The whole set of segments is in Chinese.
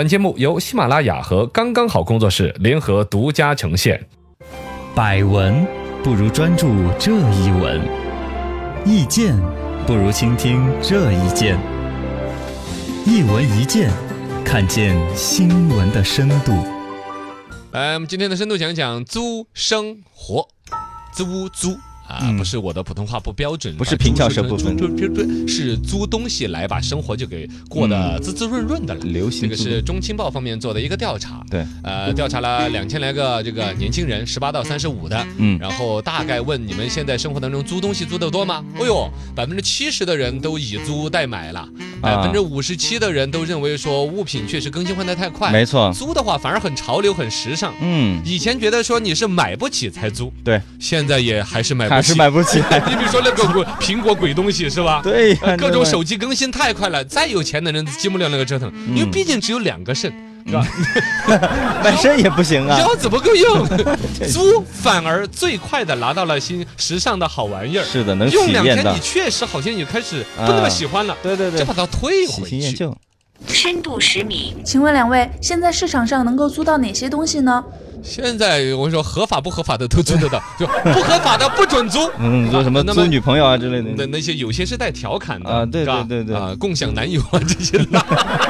本节目由喜马拉雅和刚刚好工作室联合独家呈现。百闻不如专注这一闻，意见不如倾听这一见。一闻一见，看见新闻的深度。来，我嗯们今天的深度讲讲租生活，租租。啊，嗯不是我的普通话不标准，啊不是平翘舌不部分是租东西来把生活就给过得滋滋润润的了。嗯流这行个租是中青报方面做的一个调查，对，呃，调查了两千来个这个年轻人，十八到三十五的，嗯然后大概问你们现在生活当中租东西租的多吗？哎呦，百分之七十的人都以租代买了，百嗯啊分之五十七的人都认为说物品确实更新换代太快，没错，租的话反而很潮流很时尚。嗯，以前觉得说你是买不起才租，对，现在也还是买不还起是。买不起。你比如说那个鬼苹果鬼东西是吧？ 对呀呃，各种手机更新太快了，再有钱的人经不了那个折腾，嗯因为毕竟只有两个肾，是吧？本身也不行啊。腰子不够用，租反而最快的拿到了新时尚的好玩意儿。是的，能用体两验天到你。确实好像也开始不那么啊喜欢了，对对就对把，它退喜回新厌去。旧。深度十米，请问两位，现在市场上能够租到哪些东西呢？现在我跟你说，合法不合法的都租得到，就不合法的不准租。嗯，说什么啊那租女朋友啊之类那的。那些有些是带调侃的啊对是吧对对对啊，共享男友啊这些，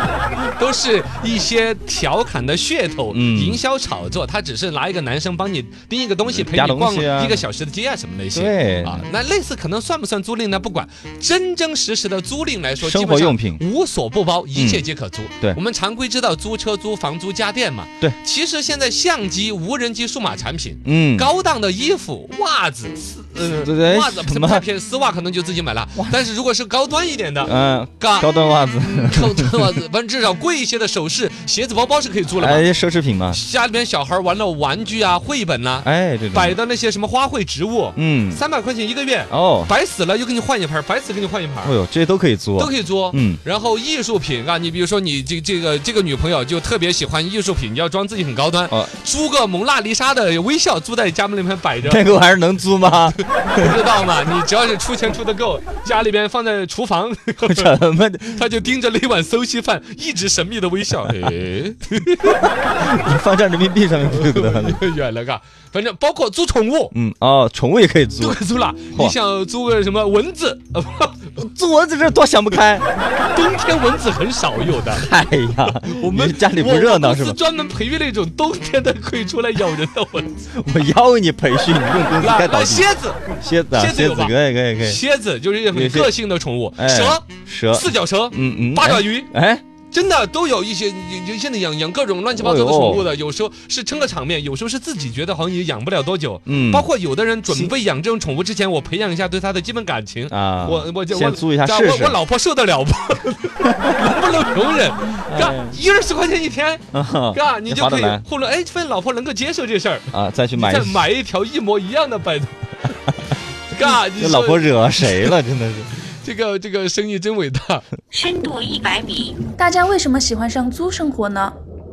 都是一些调侃的噱头，嗯营销炒作。他只是拿一个男生帮你盯一个东西，陪加你东逛西啊一个小时的街啊什么那些。对啊，那类似可能算不算租赁呢？不管，真真实实的租赁来说，生基本活上用品嗯无所不包，一切皆可租。对我们常规知道租车、租房、租家电嘛。对，其实现在相机、无人机、数码产品，嗯，高档的衣服、袜子、丝对呃对袜子什不么太便宜，丝袜可能就自己买了。但是如果是高端一点的，嗯，嘎高端袜 子，高端袜子，反正至少贵一些的首饰、鞋子、包包是可以租了哎嘛。，奢侈品嘛，家里边小孩玩的玩具啊、绘本呐、哎，这种摆的那些什么花卉植物，嗯，三百块钱一个月，哦，摆死了又给你换一盘，摆死给你换一盘哎。呦，这些都可以租都，可以租，嗯然后艺术品啊，你比如说你这这个这个女朋友就特别喜欢艺术品，你要装自己很高端哦，租个蒙娜丽莎的微笑，租在家门里面摆着，那个玩意儿能租吗？不知道嘛？你只要是出钱出的 够，家里边放在厨房， 什么？你他就盯着那碗馊稀饭，一直神秘的微笑。哎，放张人民币上面不就得了？ 远了嘎，反正包括租宠物嗯，哦，宠物也可以都 租，给租了。嚯你想租个什么蚊子？呃租蚊子这多想不开。冬天蚊子很少有的。哎呀，我们 你家里不我热闹我公是司吧？专门培育那种冬天的可以出来咬人的蚊子。我要你培训，你这种公司来该 倒来，闭。蝎子，蝎子啊，蝎子蝎有子吧可以可以可以，蝎子就是很有些个性的宠物。哎蛇，蛇，四脚蛇，嗯嗯，八爪鱼，哎，哎，真的都有一些，有有现在养养各种乱七八糟的宠哦物的，有时候是撑个场面，有时候是自己觉得好像也养不了多久。嗯，包括有的人准备养这种宠物之前，我培养一下对它的基本感情。啊，我我就先租一下我试试我，老婆受得了不？ 能不能容忍？哎嘎，一二十块钱一天，啊嘎，你就可以划得来后来哎，问老婆能够接受这事儿，啊，再去你买再一，买一条一模一样的摆 渡。嘎，你这说老婆惹谁了？真的是，这个这个生意真伟大，深度一百米，大家为什么喜欢上租生活呢？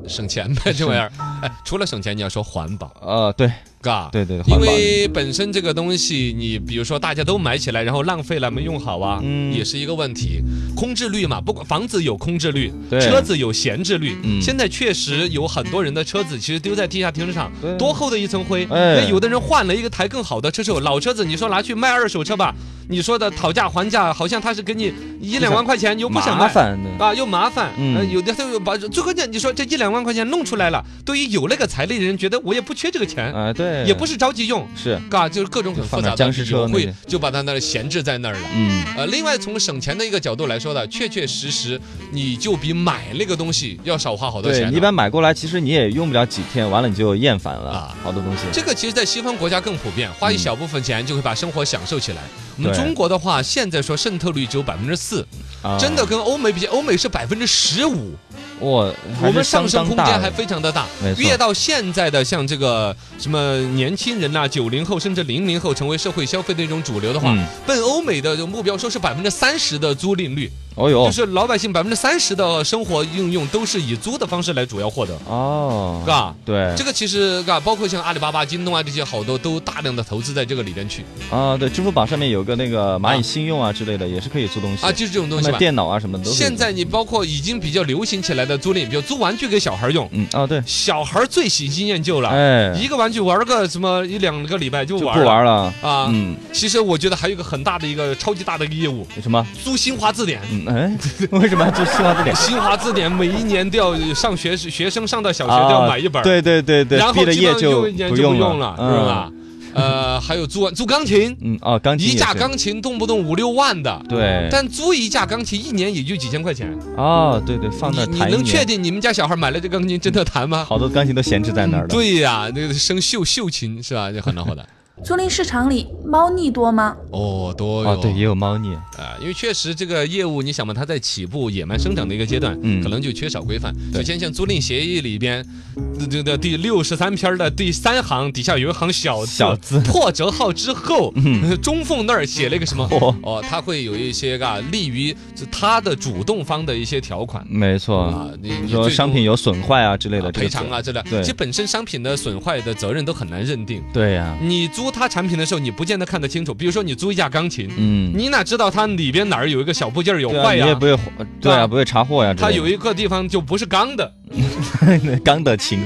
省钱呗这玩 意儿。哎，除了省钱，你要说环保。呃，对嘎，对对，因环保，为本身这个东西，你比如说大家都买起来，然后浪费了没用好啊，嗯也是一个问题。空置率嘛，不管房子有空置率，对车子有闲置率。嗯现在确实有很多人的车子其实丢在地下停车场对，啊多厚的一层灰。哎那有的人换了一个台更好的车之后，老车子你说拿去卖二手车吧，你说的讨价还价，好像他是给你一两万块钱，你又不想麻卖。烦的，啊，又麻烦，嗯呃有的他又把最关键，你说这一两万块钱弄出来了，对于有那个财力的人，觉得我也不缺这个钱，啊，对，也不是着急用，是，嘎，就是各种很就复放杂点的僵尸理由车那会些就把它那儿闲置在那儿了。嗯，呃，另外从省钱的一个角度来说呢，确确实实你就比买那个东西要少花好多对，钱你一了。般买过来，其实你也用不了几天，完了你就厌烦了啊，好多东西，这个其实，在西方国家更普遍，花一嗯小部分钱就会把生活享受起来。我们对中国的话，现在说渗透率只有百分之四，啊真的，跟欧美比，欧美是百分之十五，我我们上升空间还非非常的大没。错越到现在的像这个什么年轻人呐、九零后甚至零零后成为社会消费的一种主流的话嗯，奔欧美的目标说是百分之三十的租赁率，哦呦就，是老百姓百分之三十的生活应用都是以租的方式来主要获得，哦，嘎。对这个其实嘎，包括像阿里巴巴、京东啊这些，好多都大量的投资在这个里边去啊，对，支付宝上面有个那个蚂蚁信用啊之类的，也是可以租东西啊，就是这种东西卖吧。电脑啊什么的都可以租。现在你包括已经比较流行起来的租赁，比如租玩具给小孩用，嗯啊对，小孩最喜新厌旧了，哎，一个玩具玩个什么一两个礼拜就就不玩了玩了。啊。嗯，其实我觉得还有一个很大的一个超级大的一个业务，什么？租新华字典。嗯哎， 为什么要做西瓜字典？新华字典每一年都要上学学生上到小学都要买一本，啊，对对对对，然后毕了基本业上就用一年不就不用用了，是？吧？呃，还有租租钢琴，嗯哦，钢琴一也架是钢琴动不动五六万的，对，但租一架钢琴一年也就几千块钱。哦对对，放你那儿你弹一能确年，定你们家小孩买了这钢琴真的弹 吗？好多钢琴都闲置在那儿了。对呀，那个生锈锈琴是吧？就很恼火的。租赁市场里猫腻多吗？哦，多啊哟，对，也有猫腻。啊，因为确实这个业务，你想嘛，它在起步野蛮生长的一个阶段，嗯可能就缺少规范。对首先，像租赁协议里边，这个第六十三篇的第三行底下有一行小字小字嗯破折号之后，中缝那儿写了一个什么？嚯哦，它会有一些啊，利于就它的主动方的一些条款没错，啊，你比你如说最终商品有损坏啊之类的啊这个赔偿啊之类的，对其实本身商品的损坏的责任都很难认定。字，对呀，你租他产品的时候，你不见得看得清楚。比如说，你租一架钢琴，嗯，你哪知道它里边哪儿有一个小部件儿有对啊坏你呀、也不会，对啊，不会查货呀之类的。它有一个地方就不是钢的， 钢的琴，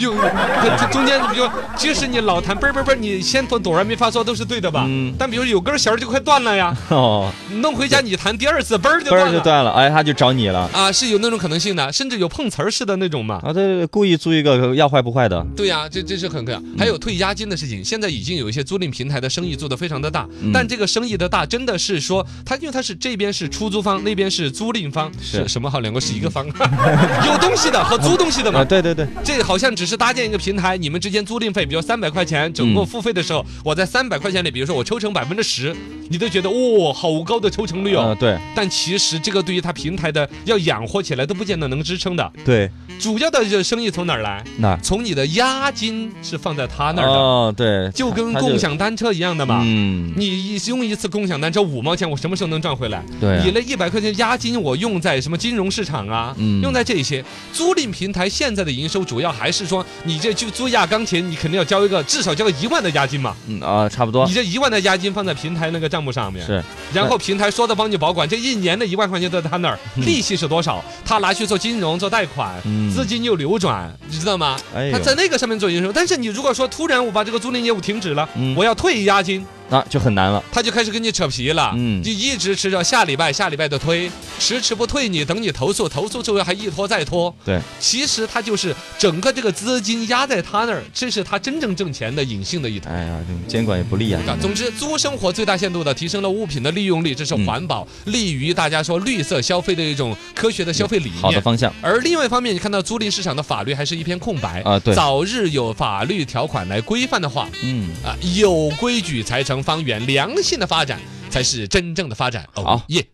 又它它中间就即使你老弹嘣儿嘣儿嘣儿，你先从哆来咪发嗦都是对的吧？嗯但比如有根弦儿就快断了呀，哦，弄弄回家你弹第二次嘣儿就嘣断儿了就断了，哎，他就找你了啊，是有那种可能性的，甚至有碰瓷儿似的那种嘛。啊！对对，对故意租一个要坏不坏的，对呀、这这是很可嗯以。还有退押金的事情，现在已经有一些租赁平台的生意做得非常的大，嗯但这个生意的大真的是说，它因为它是这边是出租方，那边是租赁方，是嗯什么好？两个是一个方， 有东西的和租东西的啊，嘛。对对对，这好像只是搭建一个平台，你们之间租赁费，比如三百块钱，整嗯个付费的时候，我在三百块钱里，比如说我抽成百分之十，你都觉得哦，好高的抽成率啊哦。对但其实这个对于它平台的要养活起来都不见得能支撑的，对，主要的这生意从哪儿来？哪儿从你的押金是放在他那儿的，哦对，就跟他就共享单车一样的嘛。嗯，你一用一次共享单车五毛钱，我什么时候能赚回来？对啊你那一百块钱押金，我用在什么金融市场啊？嗯用在这些租赁平台现在的营收，主要还是说你这去租一架钢琴，你肯定要交一个至少交个一万的押金嘛。嗯啊，差不多你这一万的押金放在平台那个账目上面，是，然后平台说的帮你保管，这一年的一万块钱都在他那儿，利息是多少？他拿去做金融、做贷款，嗯资金又流转，你知道吗？哎他呦，在那个上面做营收，但是你如果说突然我把这个租赁业务停止了，嗯我要退押金，那就很难了，他就开始跟你扯皮了，嗯就一直迟着下礼拜下礼拜的推，迟迟不退你，等你投诉，投诉之后还一拖再拖。对，其实他就是整个这个资金压在他那儿，这是他真正挣钱的隐性的一头。哎呀，这种监管也不力啊，啊，总之，租生活最大限度的提升了物品的利用率，这是嗯环保，利于大家说绿色消费的一种科学的消费理念。好的方向而另外一方面，你看到租赁市场的法律还是一片空白啊对早日有法律条款来规范的话，嗯，啊，有规矩才成方圆，良性的发展才是真正的发展。哦好耶。